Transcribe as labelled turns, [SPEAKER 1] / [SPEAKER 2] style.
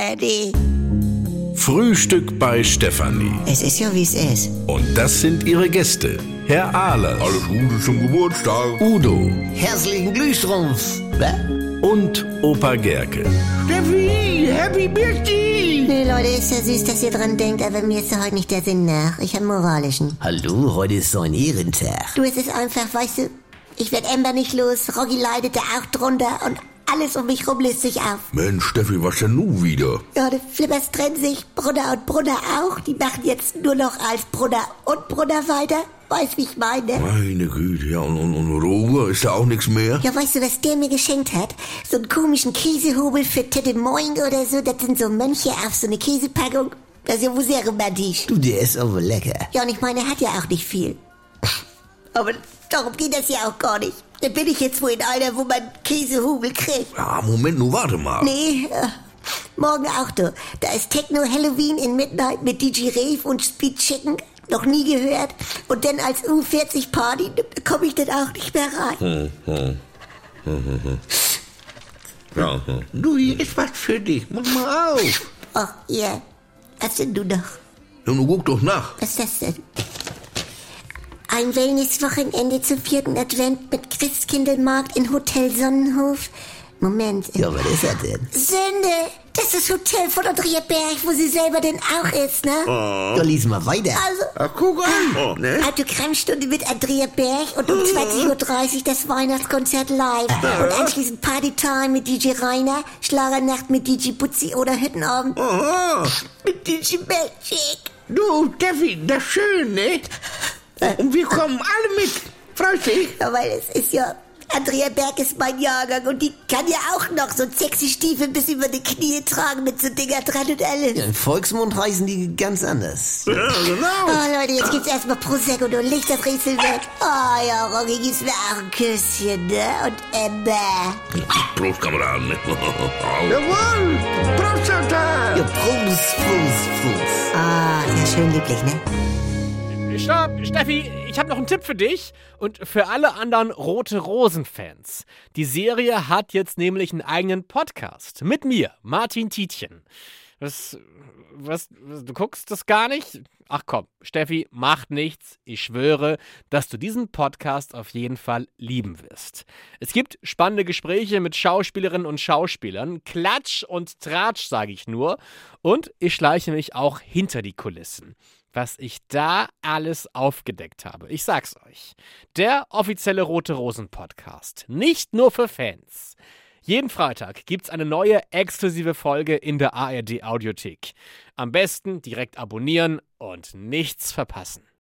[SPEAKER 1] Eddie.
[SPEAKER 2] Frühstück bei Stefanie.
[SPEAKER 1] Es ist ja, wie es ist.
[SPEAKER 2] Und das sind ihre Gäste. Herr Ahlers,
[SPEAKER 3] Alles Gute zum Geburtstag.
[SPEAKER 2] Udo
[SPEAKER 4] Herzlichen Glühstrumpf. ne?
[SPEAKER 2] und Opa Gerke.
[SPEAKER 4] Steffi, Happy Birthday!
[SPEAKER 1] Nö, Leute, ist ja süß, dass ihr dran denkt, aber mir ist ja heute nicht der Sinn nach. Ich hab moralischen.
[SPEAKER 4] Hallo, heute ist so ein Ehrentag.
[SPEAKER 1] Du, es ist einfach, weißt du, ich werd Ember nicht los, Rocky leidet da auch drunter und alles um mich rum löst sich auf.
[SPEAKER 3] Mensch, Steffi, was denn nun wieder?
[SPEAKER 1] Leute, Flippers trennen sich, Brunner und Brunner auch. Die machen jetzt nur noch als Brunner und Brunner weiter. Weißt, wie ich meine?
[SPEAKER 3] Meine Güte, ja, und, und, und Roger, ist da auch nichts mehr?
[SPEAKER 1] Ja, weißt du, was der mir geschenkt hat? So einen komischen Käsehobel für Tete Moing oder so. Das sind so Mönche auf so eine Käsepackung. Das ist ja wohl sehr romantisch.
[SPEAKER 4] Du, der ist aber lecker.
[SPEAKER 1] Ja, und ich meine, er hat ja auch nicht viel. Aber darum geht das ja auch gar nicht. Da bin ich jetzt wohl in einer, wo man Käsehubel kriegt.
[SPEAKER 3] Ja, Moment, nun warte mal.
[SPEAKER 1] Nee, äh, morgen auch du. Da ist Techno Halloween in Midnight mit DJ Rave und Speed Chicken. Noch nie gehört. Und dann als U40-Party komme ich dann auch nicht mehr rein.
[SPEAKER 3] Ja, hm.
[SPEAKER 4] Du, hier ist was für dich. Mach mal auf.
[SPEAKER 1] Ach, ja. Was denn du noch?
[SPEAKER 3] ja nun guck doch nach.
[SPEAKER 1] Was ist das denn? Ein Wellnesswochenende zum vierten Advent mit Christkindlmarkt in Hotel Sonnenhof. Moment. äh,
[SPEAKER 4] Ja, was ist er denn?
[SPEAKER 1] Sünde! Das ist das Hotel von Andrea Berg, wo sie selber denn auch ist, ne?
[SPEAKER 4] Ja, lies mal weiter.
[SPEAKER 1] Also,
[SPEAKER 3] Ach, guck an. ne?
[SPEAKER 1] Autogrammstunde mit Andrea Berg und um 20.30 Uhr das Weihnachtskonzert live. Und anschließend Partytime mit DJ Rainer, Schlagernacht mit DJ Butzi oder Hüttenabend
[SPEAKER 3] Oh.
[SPEAKER 1] mit DJ Magic.
[SPEAKER 5] Du, Steffi, das ist schön, ne? Und wir kommen alle mit. Freust dich?
[SPEAKER 1] Ja, weil es ist ja... Andrea Berg ist mein Jahrgang und die kann ja auch noch so sexy Stiefel bis über die Knie tragen mit so Dinger dran und alles.
[SPEAKER 4] Ja, Im Volksmund heißen die ganz anders.
[SPEAKER 1] Oh Leute, jetzt gibt's erstmal Prosecco und leg das Rätsel weg. Oh ja, Rocky, gib's mir auch ein Küsschen, ne? Und Emma.
[SPEAKER 3] Prost, Kameraden. ne? Au.
[SPEAKER 5] Jawohl! Prostata!
[SPEAKER 4] Ja, Prost, Prost, Prost.
[SPEAKER 1] Ah, ist ja schön lieblich, ne?
[SPEAKER 6] Stopp, Steffi, ich habe noch einen Tipp für dich und für alle anderen Rote Rosen-Fans. Die Serie hat jetzt nämlich einen eigenen Podcast mit mir, Martin Tietjen. Was, was, was, du guckst das gar nicht? Ach komm, Steffi, macht nichts. Ich schwöre, dass du diesen Podcast auf jeden Fall lieben wirst. Es gibt spannende Gespräche mit Schauspielerinnen und Schauspielern. Klatsch und Tratsch, sage ich nur. Und ich schleiche mich auch hinter die Kulissen was ich da alles aufgedeckt habe. Ich sag's euch. Der offizielle Rote Rosen Podcast. Nicht nur für Fans. Jeden Freitag gibt's eine neue exklusive Folge in der ARD Audiothek. Am besten direkt abonnieren und nichts verpassen.